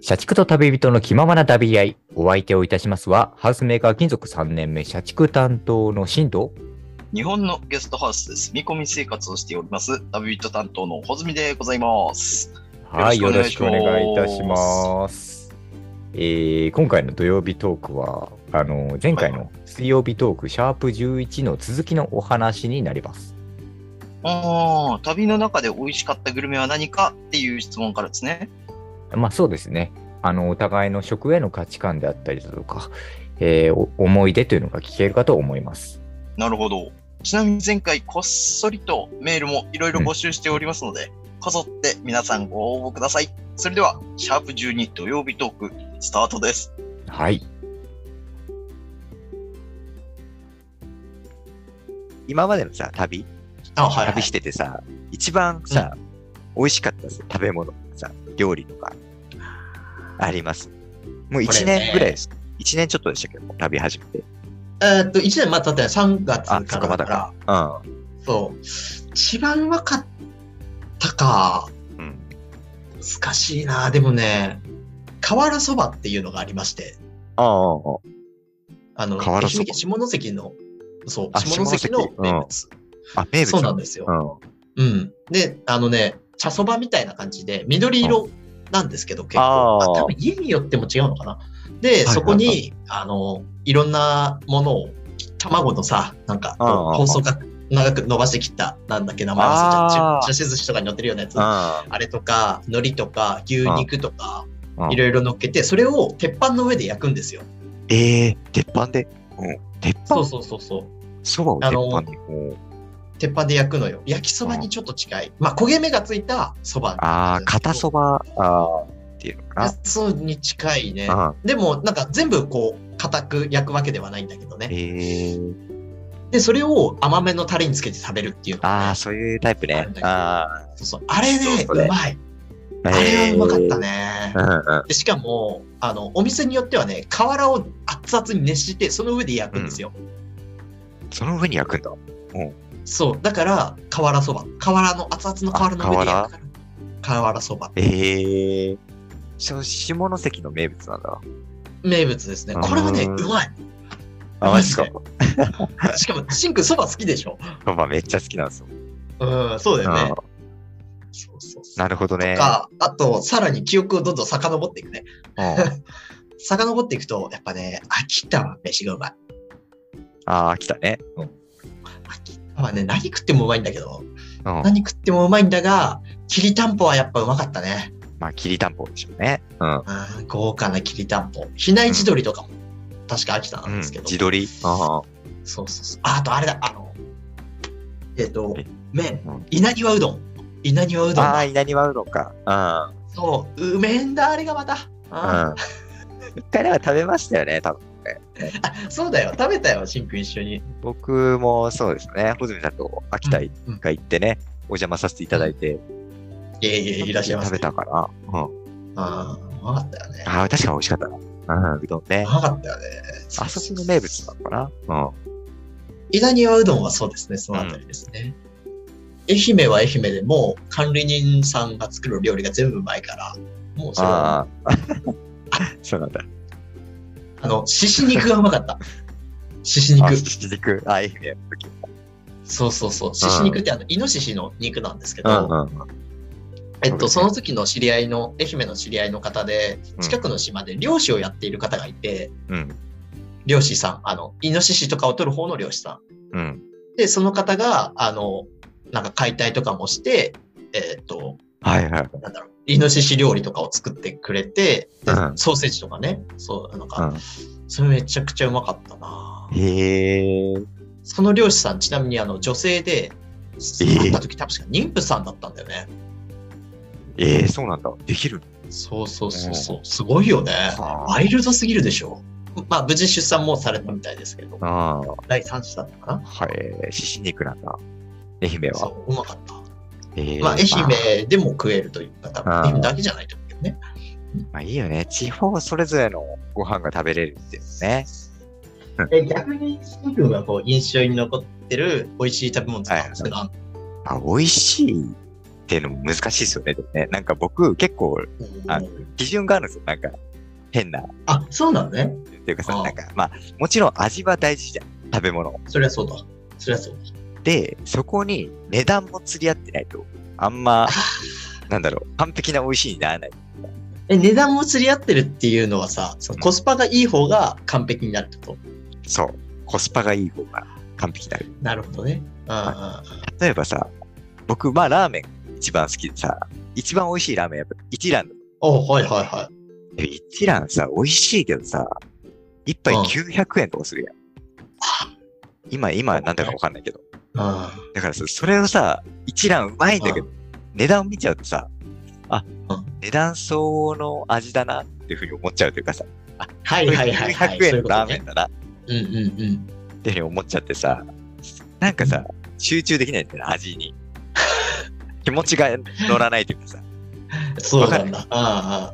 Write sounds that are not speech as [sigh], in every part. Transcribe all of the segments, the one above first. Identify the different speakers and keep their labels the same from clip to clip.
Speaker 1: 社畜と旅人の気ままな旅合い。お相手をいたしますは、ハウスメーカー金属3年目、社畜担当の新藤。
Speaker 2: 日本のゲストハウスで住み込み生活をしております、旅人担当の穂積でございます。
Speaker 1: はい、よ
Speaker 2: よ
Speaker 1: ろ
Speaker 2: ろ
Speaker 1: し
Speaker 2: し
Speaker 1: く
Speaker 2: く
Speaker 1: お
Speaker 2: お
Speaker 1: 願
Speaker 2: 願
Speaker 1: い
Speaker 2: い
Speaker 1: い
Speaker 2: い
Speaker 1: た
Speaker 2: た
Speaker 1: し
Speaker 2: し
Speaker 1: ます。えー今回の土曜日トークは、あの、前回の水曜日トーク、シャープ11の続きのお話になります。
Speaker 2: あー旅の中で美味しかったグルメは何かっていう質問からですね。
Speaker 1: まあそうですね。あの、お互いの食への価値観であったりだとか、えーお思い出というのが聞けるかと思います。
Speaker 2: なるほど。ちなみに前回こっそりとメールもいろいろ募集しておりますので、こぞって皆さんご応募ください。それでは、シャープ12土曜日トークスタートです。
Speaker 1: はい。
Speaker 3: 今までのさ、旅、
Speaker 2: あはいはい
Speaker 3: 旅しててさ、一番さ、美味しかったさ食べ物、さ、料理とか、あります。もう
Speaker 4: これ
Speaker 3: 1
Speaker 4: ね
Speaker 3: 年ぐらいです。1年ちょっとでしたけど、もう旅始めて。
Speaker 4: えーっと、1年まだ経ってない。3月
Speaker 3: あ、
Speaker 4: か
Speaker 3: そっからまだ
Speaker 4: だから
Speaker 3: か。。う
Speaker 4: そう。一番うまかったか。
Speaker 3: ん。うん。
Speaker 4: 難しいな。でもね、瓦そばっていうのがありまして、
Speaker 3: ああ、ああ
Speaker 4: あの、
Speaker 3: 瓦
Speaker 4: 愛
Speaker 3: そば
Speaker 4: 媛県下関の、そう、
Speaker 3: あ
Speaker 4: 下関の
Speaker 3: 下関
Speaker 4: 名物。
Speaker 3: ああ、名物。
Speaker 4: そうなん
Speaker 3: だ。
Speaker 4: ですよ
Speaker 3: う。ん。
Speaker 4: うん。で、あのね、茶そばみたいな感じで、緑色なんですけど、結構。
Speaker 3: あー
Speaker 4: あ多分家によっても違うのかな。で、
Speaker 3: はい
Speaker 4: そこに、あの、いろんなものを、卵のさ、なんか、
Speaker 3: うんうんうん
Speaker 4: 放送が長く伸ばして切った、なんだっけ、名前忘れちゃ
Speaker 3: あ
Speaker 4: っ
Speaker 3: ー
Speaker 4: た。ちち寿司とかに乗ってるようなやつ。あ
Speaker 3: あ
Speaker 4: れとか、海苔とか、牛肉とか
Speaker 3: う、ん
Speaker 4: いろいろ乗っけて、それを鉄板の上で焼くんですよ。
Speaker 3: ええ、鉄板で。うん。鉄
Speaker 4: そう
Speaker 3: 板
Speaker 4: そうそうそう。
Speaker 3: そばを
Speaker 4: あ
Speaker 3: 鉄
Speaker 4: の
Speaker 3: 板に。うん
Speaker 4: 鉄板で焼くのよ。焼きそばにちょっと近い。まあ、焦げ目がついたそば。
Speaker 3: ああ、片そば、ああ、っていうのか
Speaker 4: そうに近いね。
Speaker 3: な。うん。
Speaker 4: でも、なんか全部こう、固く焼くわけではないんだけどね。
Speaker 3: ええ。
Speaker 4: で、それを甘めのタレにつけて食べるっていうのがね、
Speaker 3: ああ、そういうタイプ
Speaker 4: あ
Speaker 3: ね
Speaker 4: るんだ。けど
Speaker 3: あ
Speaker 4: そうそうあれ
Speaker 3: そう
Speaker 4: ね、
Speaker 3: そうれ
Speaker 4: まい。
Speaker 3: あ。
Speaker 4: あれはうまかっ
Speaker 3: ね
Speaker 4: たね
Speaker 3: う。んうん
Speaker 4: でしかも、あの、お店によってはね、瓦を熱々に熱して、その上で焼くんですよ。
Speaker 3: その上に焼くんだ。
Speaker 4: そう。だから、瓦そば。瓦の、熱々の瓦の上で焼くから。瓦そば。
Speaker 3: ええー。そう下関の名物なんだ。
Speaker 4: 名物ですね。これはね、
Speaker 3: うん
Speaker 4: うまい。
Speaker 3: あ、マジか。
Speaker 4: しかも、シンクそば好きでしょ
Speaker 3: そばめっちゃ好きなんですよ。
Speaker 4: うん、そうだよね
Speaker 3: うん。
Speaker 4: そうそうそう。
Speaker 3: なるほどね。
Speaker 4: か、あと、さらに記憶をどんどん遡っていくね。
Speaker 3: うん
Speaker 4: 遡っていくと、やっぱね、秋田は飯がうまい。
Speaker 3: ああ、来たね。うん
Speaker 4: 秋田はね、何食ってもうまいんだけ
Speaker 3: う
Speaker 4: ど、
Speaker 3: ん。
Speaker 4: 何食ってもうまいんだが、きりたんぽはやっぱうまかったね。
Speaker 3: まあ、きりたんぽでしょうね。うん。
Speaker 4: うん、豪華なきりたんぽ。比内地鶏とかも、確か秋田な
Speaker 3: うんん、
Speaker 4: ですけど。
Speaker 3: 自撮り。う
Speaker 4: そうそうそう。ああとあれだ、あの、えっ、と
Speaker 3: え、
Speaker 4: 麺
Speaker 3: うん、
Speaker 4: 稲庭うどん。稲庭うどん
Speaker 3: ん、ああ、
Speaker 4: だ。
Speaker 3: 稲庭うどんか。うん。
Speaker 4: そう、うめえんだ、あれがまた。あ
Speaker 3: うん。一回なんか食べましたよね、多分。
Speaker 4: そうだよ、食べたよ、シンク一緒に。
Speaker 3: 僕もそうですね。穂積さんと秋田一
Speaker 4: うん
Speaker 3: 回行ってね、お邪魔させていただいて。
Speaker 4: いえいえ、いらっしゃいま
Speaker 3: 食
Speaker 4: す。
Speaker 3: べたかな。うん。
Speaker 4: ああ、うまかったよね。
Speaker 3: ああ、確かに美味しかったな。うん、うどんね
Speaker 4: う。まかったよね。
Speaker 3: あそこの名物なのかな。うん。
Speaker 4: 稲庭うどんはそうですね、そのあたりですね。愛媛は愛媛でもう管理人さんが作る料理が全部うまいから、もうそれは
Speaker 3: ああ。
Speaker 4: [laughs]
Speaker 3: そうなんだ。
Speaker 4: あの、獅子肉がうまかった。獅子肉
Speaker 3: あ。ひき肉。あ、愛媛の時。
Speaker 4: そうそうそう。獅子肉ってあの、イノシシの肉なんですけ
Speaker 3: う
Speaker 4: ど、
Speaker 3: んうん。
Speaker 4: えっと、その時の知り合いの、愛媛の知り合いの方で、
Speaker 3: うん
Speaker 4: 近くの島で漁師をやっている方がいて、
Speaker 3: うん。
Speaker 4: 漁師さん、あの、イノシシとかを取る方の漁師さん。
Speaker 3: うん。
Speaker 4: で、その方が、あの、なんか解体とかもして、えーっと、
Speaker 3: はいはい。
Speaker 4: なんだろう、イノシシ料理とかを作ってくれて、で
Speaker 3: うん
Speaker 4: ソーセージとかね、そう、なんか、
Speaker 3: う、
Speaker 4: それめちゃくちゃうまかったなん
Speaker 3: へえ。
Speaker 4: その漁師さん、ちなみにあの、女性で、会った時確か妊婦さんだったんだよね。
Speaker 3: ええ、そうなんだ。できる
Speaker 4: そうそうそうそう、すごいよね。
Speaker 3: は
Speaker 4: ワイルドすぎるでしょ。まあ、無事出産もされたみたいですけど、
Speaker 3: ああ。
Speaker 4: 第3子だったかな。
Speaker 3: はい。獅子肉なんだ。愛媛
Speaker 4: そ
Speaker 3: は。
Speaker 4: う、うまかった。
Speaker 3: ええ
Speaker 4: まあ、愛。媛でも食えるというか、多分
Speaker 3: あー
Speaker 4: 愛媛だけじゃないと思うけどね。
Speaker 3: まあいいよね。地方それぞれのご飯が食べれるっていうね。
Speaker 4: え逆にシン君がこう印象に残ってる美味しい食べ物とかもそういうのあんの
Speaker 3: あ、美味しいっていうのも難しいですよね。でもねなんか僕、結構、あ基準があるんですよ。なんか、変な、っ
Speaker 4: あ、そうなのね。
Speaker 3: ていうかさ、
Speaker 4: ああ
Speaker 3: なんか、まあ、もちろん味は大事じゃん。食べ物。
Speaker 4: そりゃそうだ。そりゃそうだ。
Speaker 3: で、そこに値段も釣り合ってないと、あんま、なんだろう、完璧な美味しいにならない。
Speaker 4: え、値段も釣り合ってるっていうのはさ、その
Speaker 3: うん
Speaker 4: コスパがいい方が完璧になるってこと。
Speaker 3: そう。コスパがいい方が完璧になる。
Speaker 4: なるほどね。あ
Speaker 3: 例えばさ、僕、まあ、ラーメン一番好きでさ、一番美味しいラーメンやっぱ一蘭。
Speaker 4: あ、おはいはいはい。
Speaker 3: 一蘭さ、美味しいけどさ、一杯
Speaker 4: うん
Speaker 3: 900円とかするやん。今、今、なんだかわかんないけど。
Speaker 4: あ
Speaker 3: だからさ、それをさ、一蘭うまいんだけど、値段を見ちゃうとさ、あ
Speaker 4: うん、
Speaker 3: 値段相応の味だなっていうふうに思っちゃうというかさ、
Speaker 4: はいはいはい、は
Speaker 3: 900
Speaker 4: い。そうい
Speaker 3: 円
Speaker 4: う
Speaker 3: の
Speaker 4: こ
Speaker 3: ラ
Speaker 4: と
Speaker 3: ーメン
Speaker 4: ね。
Speaker 3: だなっ
Speaker 4: うんうんうん。
Speaker 3: ていうふうに思っちゃってさ、なんかさ、集中できないんだよね、味に。気持ちが乗らないというかさ、
Speaker 4: そうなんだ。あ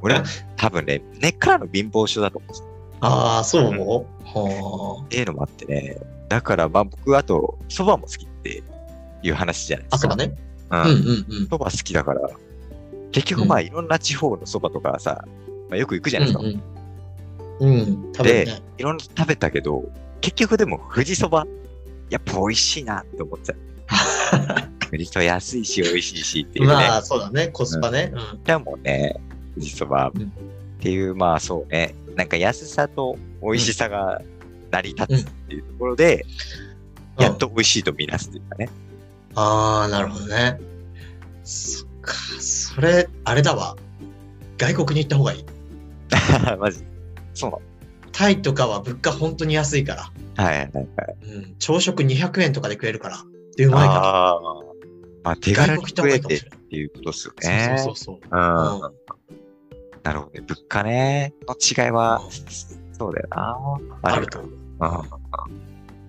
Speaker 3: 俺は多分ね、根っからの貧乏症だと思うんですよ
Speaker 4: あ、ああ、そう思うは
Speaker 3: っていうのもあってね、だからまあ僕、あと、蕎麦も好きっていう話じゃない
Speaker 4: あ。
Speaker 3: で
Speaker 4: あ、
Speaker 3: す
Speaker 4: そう
Speaker 3: か。
Speaker 4: だね。
Speaker 3: う
Speaker 4: うんんうんうん。
Speaker 3: 蕎麦好きだから、結局まあいろんな地方の蕎麦とかさ、まあ、よく行くじゃないですか。
Speaker 4: うんうん。うん、食べるね。
Speaker 3: いろんな食べたけど、結局でも富士そば、やっぱ美味しいなって思っちゃ
Speaker 4: [laughs]
Speaker 3: う。富士そば安いし美味しいしっていうね。
Speaker 4: まあ、そうだね。コスパね。うん。
Speaker 3: でもね、富士そば
Speaker 4: うん
Speaker 3: っていう、まあそうね、なんか安さと美味しさが成り立つっていうところで、やっと美味しいと見なすというかね。 [laughs]
Speaker 4: ああ、なるほどね。そっか、それ、あれだわ。外国に行った方がいい。
Speaker 3: マジ。そうなの
Speaker 4: タイとかは物価本当に安いから。
Speaker 3: はいはいはい。
Speaker 4: うん、朝食200円とかで食えるから。で、うまいか
Speaker 3: あーまあ、手
Speaker 4: ら。
Speaker 3: 軽
Speaker 4: 外
Speaker 3: に
Speaker 4: 国行った
Speaker 3: 食
Speaker 4: 方がい
Speaker 3: え
Speaker 4: いかも
Speaker 3: てっ
Speaker 4: しれない。
Speaker 3: ていうことですよ
Speaker 4: そう
Speaker 3: ね。
Speaker 4: そうそうそう。
Speaker 3: うん
Speaker 4: うん
Speaker 3: なるほどね。物価ね、の違いは
Speaker 4: うん、
Speaker 3: そうだよな。
Speaker 4: あると思う。
Speaker 3: あ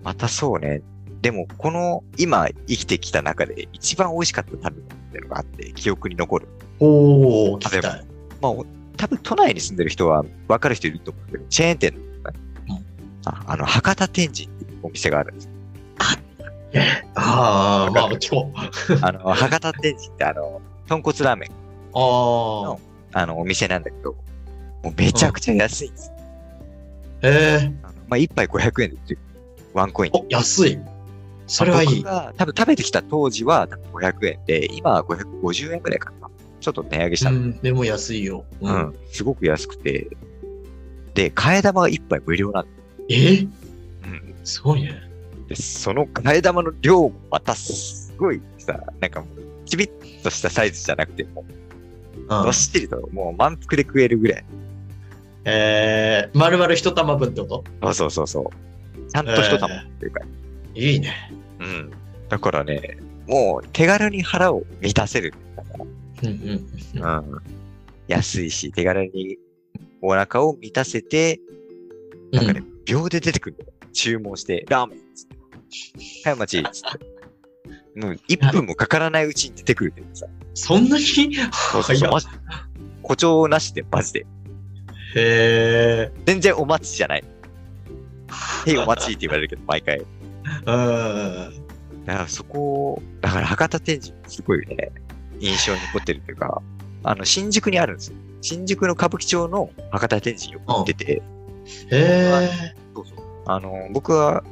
Speaker 3: またそうね。でも、この今生きてきた中で一番美味しかった食べ物っていうのがあって、記憶に残る。
Speaker 4: おー、聞
Speaker 3: 例え
Speaker 4: き
Speaker 3: ば
Speaker 4: たい。
Speaker 3: まあ、お多分都内に住んでる人は分かる人いると思うけど、チェーン店なんですよねああの、博多天神っていうお店があるんですよ。
Speaker 4: ああ、ま
Speaker 3: わ
Speaker 4: あ、
Speaker 3: か
Speaker 4: 聞こう。
Speaker 3: あの、博多天神ってあの、豚骨ラーメン、
Speaker 4: ああ、
Speaker 3: あの、お店なんだけど、もうめちゃくちゃ安いんですよ。
Speaker 4: ええ
Speaker 3: あのまあ、一杯500円で売ってる。ワンコインで
Speaker 4: お、安い。それはいい
Speaker 3: 僕。が多分食べてきた当時は多分500円で、今は550円ぐらいかな。ちょっと値上げし
Speaker 4: う
Speaker 3: たの。
Speaker 4: ん、でも安いよ。う。
Speaker 3: うんん。すごく安くて。で、替え玉が1杯無料なん
Speaker 4: え
Speaker 3: うん
Speaker 4: すごいね。
Speaker 3: で、その替え玉の量もまたすごいさ、なんかもう、ちびっとしたサイズじゃなくて、もう、
Speaker 4: うん
Speaker 3: どっしりと、もう満腹で食えるぐらい。
Speaker 4: えー、丸々一玉分ってこと
Speaker 3: そうそうそうそう。ちゃんと一玉っていうか、
Speaker 4: いいね。
Speaker 3: うん。だからね、もう手軽に腹を満たせる。
Speaker 4: うんうん。
Speaker 3: うん。安いし、手軽にお腹を満たせて、
Speaker 4: う
Speaker 3: なんかね
Speaker 4: ん、
Speaker 3: 秒で出てくるのよ注文して、ラーメンっつって。早町っつって。もう1分もかからないうちに出てくるっていうさ。
Speaker 4: そんなに
Speaker 3: そうそう
Speaker 4: 早っ
Speaker 3: マジ誇張なしで、マジで。
Speaker 4: へえ。
Speaker 3: 全然お待ちじゃない。へい、お待ちって言われるけど、毎回。
Speaker 4: うん。
Speaker 3: だからそこを、だから博多天神、すごいね、印象に残ってるというか、あの、新宿にあるんですよ。新宿の歌舞伎町の博多天神よく行ってて、
Speaker 4: へえ。
Speaker 3: そうそう。あの、僕は、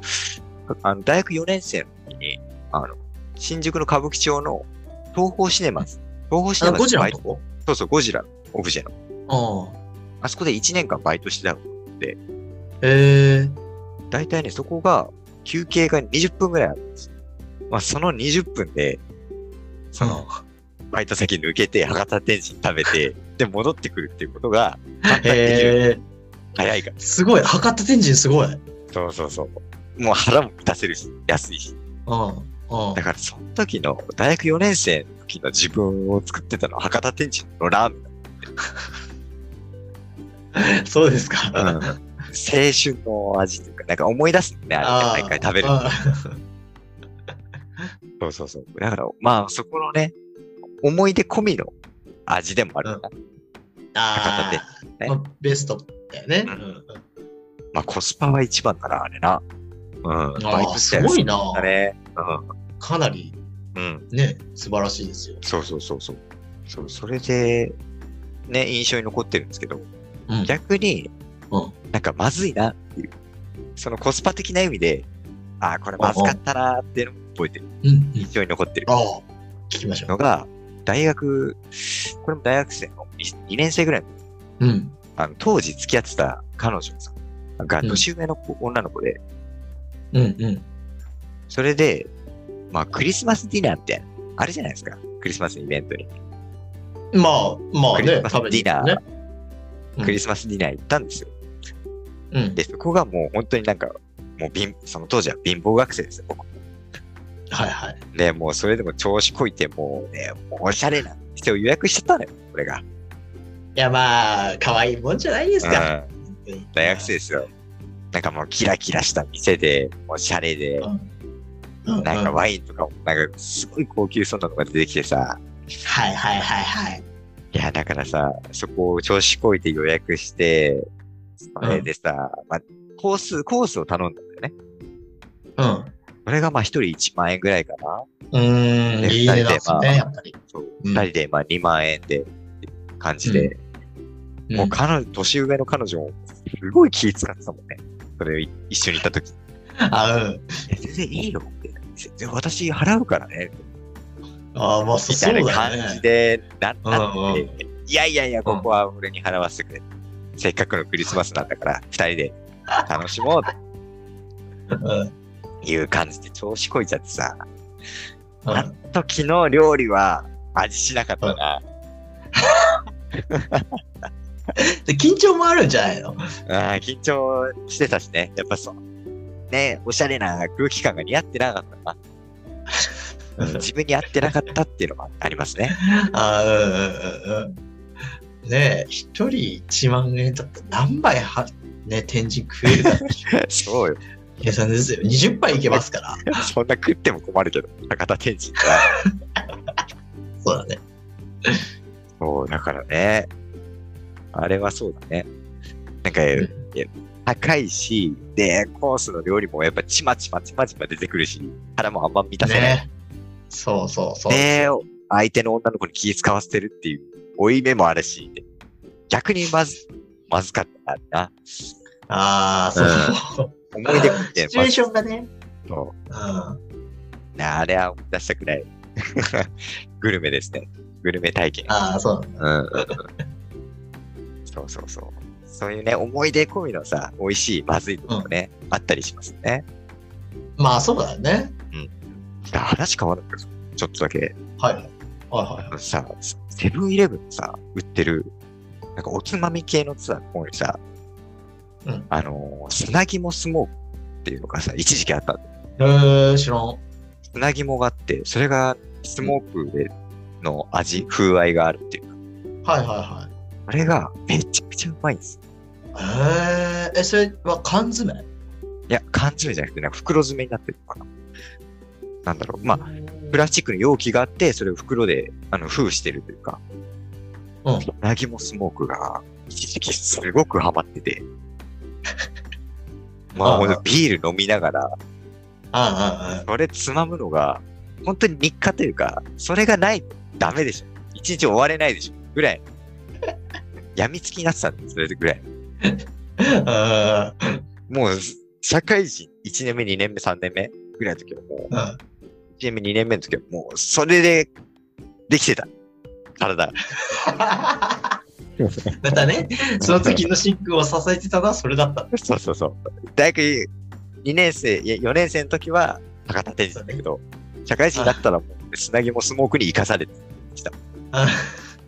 Speaker 3: あの大学4年生の時に、あの、新宿の歌舞伎町の東宝シネマズ。東宝シ
Speaker 4: あ
Speaker 3: ネマ
Speaker 4: の、
Speaker 3: ズ
Speaker 4: ゴジラ
Speaker 3: バ
Speaker 4: の
Speaker 3: イト
Speaker 4: とこ
Speaker 3: そうそう、ゴジラ、オブジェの。
Speaker 4: う
Speaker 3: あそこで1年間バイトしてたの。
Speaker 4: ん。へえ。
Speaker 3: だいたいね、そこが、休憩が20分ぐらいあるんですよ。まあ、その20分で、その、バイト先抜けて、博多天神食べて、で、戻ってくるっていうことが、簡単にできる。
Speaker 4: へえ。
Speaker 3: 早いから。
Speaker 4: すごい。博多天神すごい。うん。
Speaker 3: そうそうそう。もう腹も満たせるし、安いし。
Speaker 4: うん
Speaker 3: だ。からその時の大学4年生の時の自分を作ってたのは博多天神のラーメン。
Speaker 4: そうですか。
Speaker 3: 青春の味というか、なんか思い出すのね、あ
Speaker 4: あ
Speaker 3: れ
Speaker 4: ー
Speaker 3: 毎回食べる。
Speaker 4: あ
Speaker 3: そうそうそう。だからまあそこのね、思い出込みの味でもあるよな、
Speaker 4: ーあー。
Speaker 3: ね
Speaker 4: まあベストだよね。
Speaker 3: うん
Speaker 4: うん
Speaker 3: まあコスパは一番だな、あれな。うん。
Speaker 4: ああ、すごいな。
Speaker 3: だね。うん。
Speaker 4: かなり
Speaker 3: うん。
Speaker 4: ね、素晴らしいですよ。
Speaker 3: そうそうそうそう。そう、それで、ね、印象に残ってるんですけど、
Speaker 4: うん
Speaker 3: 逆に、
Speaker 4: うん
Speaker 3: なんかまずいなっていう、そのコスパ的な意味で、ああ、これまずかったなーっていうのも覚えてる。
Speaker 4: うん、うん。
Speaker 3: 印象に残ってる
Speaker 4: ああ、聞きましょ
Speaker 3: のが、大学、これも大学生の2年生ぐらいの、
Speaker 4: う。うん。
Speaker 3: あの当時付き合ってた彼女さんが
Speaker 4: うん
Speaker 3: 年上の子女の子で、
Speaker 4: うん、うん。
Speaker 3: それで、まあクリスマスディナーって、あれじゃないですか。クリスマスイベントに。
Speaker 4: まあ、まあ
Speaker 3: クリス
Speaker 4: ね、
Speaker 3: マス
Speaker 4: 食べに行く
Speaker 3: ディ
Speaker 4: ね
Speaker 3: ナ。クリスマスディナー行ったんですよ。
Speaker 4: うん。
Speaker 3: で、そこがもう本当になんか、もう貧、その当時は貧乏学生ですよ、僕。
Speaker 4: はいはい。
Speaker 3: で、もうそれでも調子こいて、もうね、もうおしゃれな店を予約しちゃったのよ、俺が。
Speaker 4: いや、まあ、可愛いもんじゃないですか。
Speaker 3: うん大学生ですよ。なんかもうキラキラした店で、おしゃれで、
Speaker 4: うん。うん。
Speaker 3: なんか
Speaker 4: はい
Speaker 3: ワインとかも、なんかすごい高級そうなのが出てきてさ、
Speaker 4: はいはいはい。
Speaker 3: いや、だからさ、そこを調子こいて予約して、それでさ、まあ、コース、コースを頼んだんだよね。
Speaker 4: うん。
Speaker 3: これがまあ一人1万円ぐらいかな。
Speaker 4: うーん、いい値段ですね、やっぱり。
Speaker 3: そう。
Speaker 4: うん
Speaker 3: 二人でまあ2万円で、感じで、もう彼女、年上の彼女も、すごい気使ってたもんね。それを一緒に行った時。い
Speaker 4: あ、うん。
Speaker 3: や、全然いいよって。全然私払うからね。
Speaker 4: ああ、まあ、そ
Speaker 3: み
Speaker 4: そ
Speaker 3: た
Speaker 4: うだ
Speaker 3: い
Speaker 4: よ
Speaker 3: な
Speaker 4: ね
Speaker 3: 感じで、な
Speaker 4: うん
Speaker 3: なって、いやいやいや、
Speaker 4: ん
Speaker 3: ここは俺に払わせてくれ。せっかくのクリスマスなんだから、二人で楽しもう
Speaker 4: うん
Speaker 3: という感じで調子こいちゃってさ、
Speaker 4: うん
Speaker 3: なんと昨日料理は味しなかったな。
Speaker 4: で緊張もあるんじゃないの
Speaker 3: あー緊張してたしね。やっぱそう。ねおしゃれな空気感が似合ってなかった [laughs] な。うん自分に合ってなかったっていうのもあり [laughs] ますね。
Speaker 4: あーうんうんうんうん。ねえ、一人1万円だったら何杯は、ね、天神食えるかって
Speaker 3: そうよ。
Speaker 4: 計
Speaker 3: [laughs]
Speaker 4: 算ですよ。20杯いけますから。
Speaker 3: そんな食っても困るけど、博多天神
Speaker 4: そうだね。
Speaker 3: そう、だからね。あれはそうだね。なんか、
Speaker 4: ん
Speaker 3: 高いし、で、コースの料理もやっぱちまちまちまちま出てくるし、腹もあんま満たせない。
Speaker 4: ねそうそうそう。
Speaker 3: で、相手の女の子に気使わせてるっていう、負い目もあるし、逆にまず、まずかったな。
Speaker 4: ああ、そう。
Speaker 3: 思い出もって
Speaker 4: シ、チュ
Speaker 3: ま
Speaker 4: エー
Speaker 3: ず
Speaker 4: ションがね。
Speaker 3: そ
Speaker 4: うん。
Speaker 3: うなあれは出したくない。 [laughs] グルメですね。グルメ体験。
Speaker 4: ああ、そうなんだ。
Speaker 3: うんうんうんそうそうそう。そういうね、思い出込みのさ、美味しい、まずいとかもね、あったりしますね。
Speaker 4: まあ、そうだね。
Speaker 3: いや話変わるんだけど、ちょっとだけ。
Speaker 4: はい。はいはいはい。
Speaker 3: さ、セブンイレブンさ、売ってる、なんかおつまみ系のツアーの方にさ、
Speaker 4: うん
Speaker 3: あのー、砂肝スモークっていうのがさ、一時期あったの。
Speaker 4: えー、知らん。
Speaker 3: 砂肝があって、それがスモークでの味、風合いがあるっていうか、
Speaker 4: はいは
Speaker 3: あれがめちゃくちゃうまいんですよ。
Speaker 4: いはい。えー、え、それは缶詰
Speaker 3: いや、缶詰じゃなくて、なんか袋詰めになってるのかな。なんだろう、まあ、プ
Speaker 4: プ
Speaker 3: ラスチックの容器があって、それを袋で、あの、封してるというか、
Speaker 4: うん
Speaker 3: 砂肝スモークが、一時期すごくハマってて、まあ、
Speaker 4: うんうん
Speaker 3: 俺ビール飲みながら、
Speaker 4: ああ、ああ、
Speaker 3: それつまむのが、本当に日課というか、それがないとダメでしょ。一日終われないでしょ。ぐらい。やみつきになってたんです、それぐらい。
Speaker 4: あ
Speaker 3: もう、社会人1年目、2年目、3年目ぐらいの時はもう、
Speaker 4: あ、うん。
Speaker 3: 1年目、2年目の時はもう、それで、できてた。体が。
Speaker 4: [laughs] またね、その時のシンクを支えてたのはそれだったん [laughs] だ
Speaker 3: そうそうそう。大学2年生、いや4年生の時は博多天神だったけど、社会人だったらもう砂肝スモークに生かされてきた。
Speaker 4: あ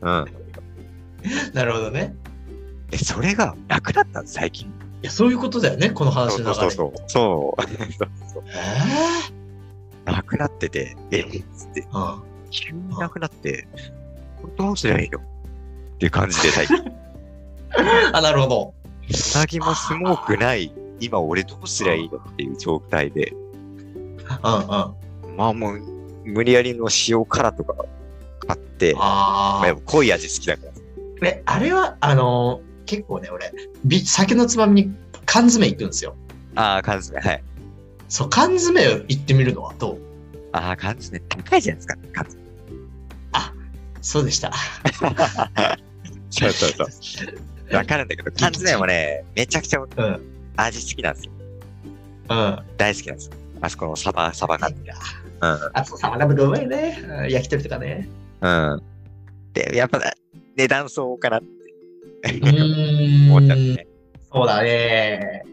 Speaker 3: うん。
Speaker 4: なるほどね。
Speaker 3: で、それがなくなったの、最近。
Speaker 4: いや、そういうことだよね、この話の中で。
Speaker 3: そう。そう。
Speaker 4: え
Speaker 3: なくなってて、えっつって、
Speaker 4: ーうん
Speaker 3: 急になくなって、これどうすればいいのっていう感じで最近。
Speaker 4: あ、なるほど。
Speaker 3: 砂肝スモークない、今俺どうすりゃいいのっていう状態で、
Speaker 4: うんうん。あ
Speaker 3: まあもう、無理やりの塩辛とか買って、まあ、や
Speaker 4: あ
Speaker 3: っ。ぱ濃い味好きだから。
Speaker 4: え、あれは、あのー結構ね、俺、ビ酒のつまみに缶詰行くんですよ。
Speaker 3: ああ、缶詰、はい。
Speaker 4: そう、缶詰行ってみるのはどう
Speaker 3: ああ、缶詰高いじゃないですか、缶詰。
Speaker 4: そうでした。
Speaker 3: そうそうそう。わかるんだけど、缶詰もね、めちゃくちゃ
Speaker 4: うん。うん。
Speaker 3: 味好きなんですよ。
Speaker 4: あ
Speaker 3: 大好きなんですよ。あそこのサバ、サバ缶詰。
Speaker 4: と、サバ缶とかうまいね。うん焼き鳥とかね。
Speaker 3: うん。うん。で、やっぱ、値段相応かなって。
Speaker 4: うーん。
Speaker 3: 思っちゃってね。
Speaker 4: そうだね。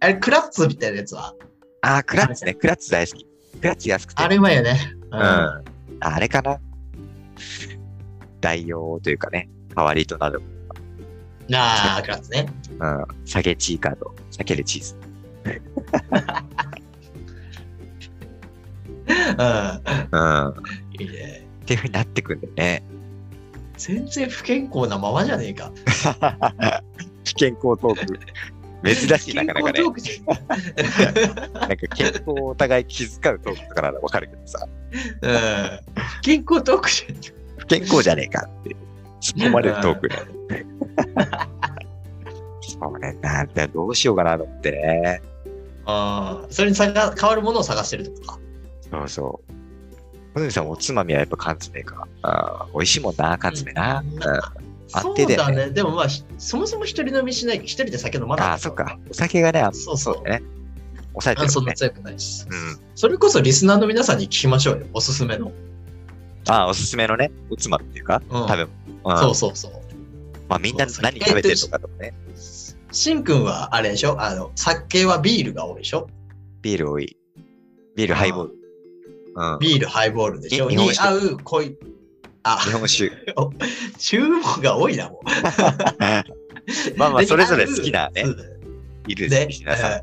Speaker 4: あれ、クラッツみたいなやつは。
Speaker 3: ああ、クラッチね。クラッチ大好き。クラッチ安くて。
Speaker 4: あれうまいよね。う
Speaker 3: うん。あれかな代用というかね、代わりとなる。
Speaker 4: なあ、クラッツね。
Speaker 3: うん。下げチーカーと、下げるチーズ。
Speaker 4: う
Speaker 3: うん。っ
Speaker 4: ん。いいね。
Speaker 3: ていう風になってくんだよね。
Speaker 4: 全然不健康なままじゃねえか。
Speaker 3: 非健康トーク。 [laughs] 珍しい、なかなかね
Speaker 4: 健。康トーク
Speaker 3: なんか健康をお互い気遣うトークとかならわかるけどさ、
Speaker 4: じゃん。うん。不健康トークじゃん。
Speaker 3: 不健康じゃねえかって、突っ込まれるトークだよね。
Speaker 4: [laughs]
Speaker 3: そうね、なんだ、どうしようかなと思ってね。
Speaker 4: ああ、それにさが変わるものを探してるってことか。
Speaker 3: そうそう。小泉さん、おつまみはやっぱ缶詰か。あー美味しいもんな、缶詰な。
Speaker 4: うん
Speaker 3: うん
Speaker 4: そ
Speaker 3: 安
Speaker 4: う
Speaker 3: 定だよね
Speaker 4: だね。でもまあ、ひそもそも一人飲みしない、一人で酒飲まない。
Speaker 3: ああ、そっ。か。お酒がね、あん
Speaker 4: そうそ
Speaker 3: そう
Speaker 4: う。
Speaker 3: だね。抑えて
Speaker 4: あ
Speaker 3: る
Speaker 4: そ
Speaker 3: も
Speaker 4: ん
Speaker 3: ん
Speaker 4: な
Speaker 3: ね。
Speaker 4: 強くないし。
Speaker 3: うん。
Speaker 4: それこそリスナーの皆さんに聞きましょうよ。おすすめの。
Speaker 3: ああ、おすすめのね、おつまみっていうか、
Speaker 4: うん
Speaker 3: 食べ物。
Speaker 4: そう
Speaker 3: そ
Speaker 4: そうそう。
Speaker 3: うん。まあ、みんな
Speaker 4: そう
Speaker 3: 何食べてるのかとかね。
Speaker 4: しんくんはあれでしょあの、酒はビールが多いでしょ
Speaker 3: ビール多い。ビール、ハイボール。うん。
Speaker 4: ビール、ハイボールでしょ
Speaker 3: 日
Speaker 4: に
Speaker 3: 本酒
Speaker 4: 合う濃い。あ、
Speaker 3: 日本
Speaker 4: [laughs]
Speaker 3: 酒。
Speaker 4: 注文が多いな、もう。
Speaker 3: まあまあ、
Speaker 4: で
Speaker 3: それぞれ好きなね
Speaker 4: 合、う
Speaker 3: いる
Speaker 4: で、
Speaker 3: 皆さん。
Speaker 4: うん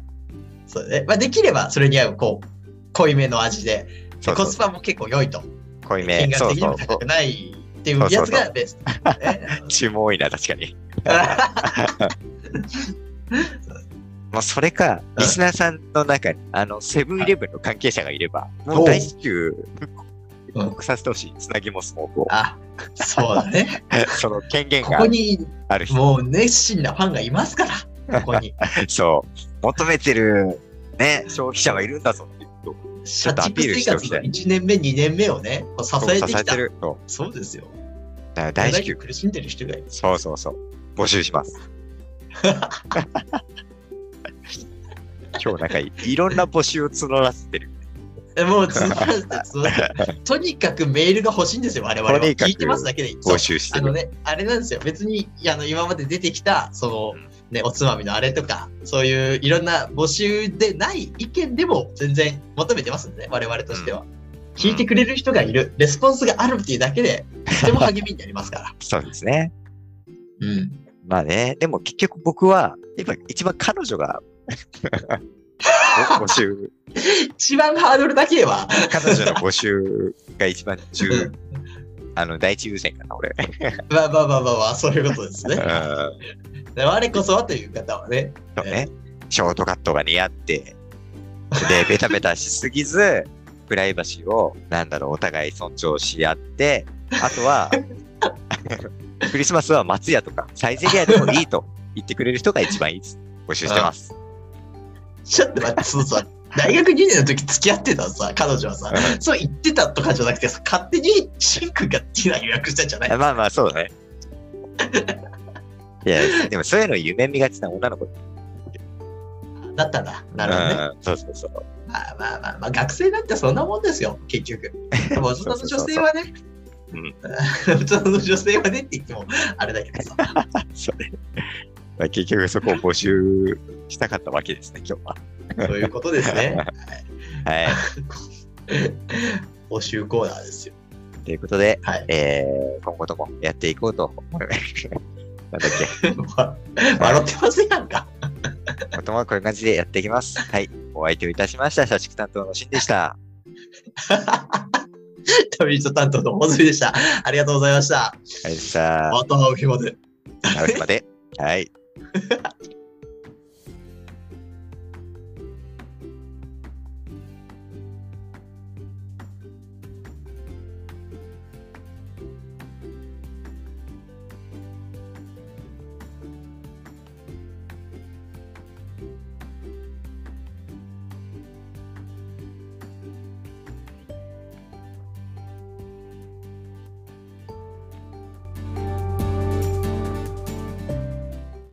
Speaker 4: そうね。まあ、できればそれに合う、こう、濃いめの味で、で
Speaker 3: そう
Speaker 4: コス
Speaker 3: そ
Speaker 4: パも結構良いと。
Speaker 3: う。濃いめ
Speaker 4: 金。額
Speaker 3: そう
Speaker 4: 的に
Speaker 3: そ
Speaker 4: も
Speaker 3: うそ
Speaker 4: 高
Speaker 3: う
Speaker 4: く。ないっていうやつがベストだよね。
Speaker 3: 注文多いな、確かに。まあ、それか、リスナーさんの中に、あの、セブンイレブンの関係者がいれば、もう大至急、
Speaker 4: おう
Speaker 3: 報告させてほしい。つなぎもスモーク
Speaker 4: [laughs]
Speaker 3: を。 [laughs]
Speaker 4: あ、そうだね。
Speaker 3: その権限
Speaker 4: こ
Speaker 3: が
Speaker 4: こに
Speaker 3: ある人。
Speaker 4: もう熱心なファンがいますから、ここに。
Speaker 3: そう。求めてる、ね、消費者がいるんだぞっていうことを
Speaker 4: 社畜生活の1年目、2年目をね、こう支え
Speaker 3: 支え
Speaker 4: てきた
Speaker 3: て。る。そう。
Speaker 4: そうですよ。
Speaker 3: だから大至急、
Speaker 4: 苦しんでる人がいる。
Speaker 3: そうそうそう。募集します。
Speaker 4: [laughs]
Speaker 3: 今日なんかいいろんな募集を募らせてる。
Speaker 4: もう、つまんない
Speaker 3: [laughs]
Speaker 4: つまんないとにかくメールが欲しいんですよ、我々は。
Speaker 3: とにかく
Speaker 4: 聞いてますだけでいい。
Speaker 3: 募集して
Speaker 4: あの
Speaker 3: る。
Speaker 4: ね、あれなんですよ。別に、いやあの、今まで出てきた、その、ね、おつまみのあれとか、そういういろんな募集でない意見でも全然求めてますんでね、我々としては。聞いてくれる人がいる、レスポンスがあるっていうだけで、とても励みになりま
Speaker 3: [laughs]
Speaker 4: すから。
Speaker 3: そうですね。
Speaker 4: うん。
Speaker 3: まあね、でも結局僕は、やっぱ一番彼女が [laughs] 募集、
Speaker 4: 一番ハードルだけは、
Speaker 3: 彼女の募集が一番重、あの、第一優先かな、俺。
Speaker 4: まあまあまあまあまあ、そういうことですね
Speaker 3: う。ん
Speaker 4: で我こそはという方はね、
Speaker 3: そうね。ショートカットが似合って、で、
Speaker 4: [laughs]
Speaker 3: ベタベタしすぎず、プライバシーを、なんだろう、お互い尊重し合って、あと
Speaker 4: [laughs]
Speaker 3: は、クリスマスは松屋とか、サイゼリアでもいいと言ってくれる人が一番いいです。募集してます。
Speaker 4: ちょっと待って、そうさ、大学2年の時付き合ってたさ、彼女はさ、そう言ってたとかじゃなくてさ、勝手にシンくんがディナー予約したんじゃない
Speaker 3: あまあまあ、そう
Speaker 4: [laughs]
Speaker 3: だね。いや、でもそういうの夢見がちな女の子。
Speaker 4: だったんだ。なるほどね。
Speaker 3: うんそうそうそう。
Speaker 4: まあまあまあ、まあ、学生なんてそんなもんですよ、結局。でも大人の女性はね、
Speaker 3: そう
Speaker 4: 大人の女性はねって言っても、あれだけどさ。
Speaker 3: それまあ結局そこを募集したかったわけですね、今日は。
Speaker 4: そういうことですね。
Speaker 3: はい。
Speaker 4: 募集コーナーですよ。
Speaker 3: ということで、
Speaker 4: はい
Speaker 3: えー今後ともやっていこうと思いなんだっ
Speaker 4: [laughs] わ笑ってませんやんか。 [laughs]
Speaker 3: け、もともこういう感じでやっていきます。はい。お相手をいたしました、社畜担当のしんでした。
Speaker 4: 旅人担当の大泉でした。ありがとうございました。
Speaker 3: ありがとうございま
Speaker 4: また会う日まで。
Speaker 3: した。なるまで。はい。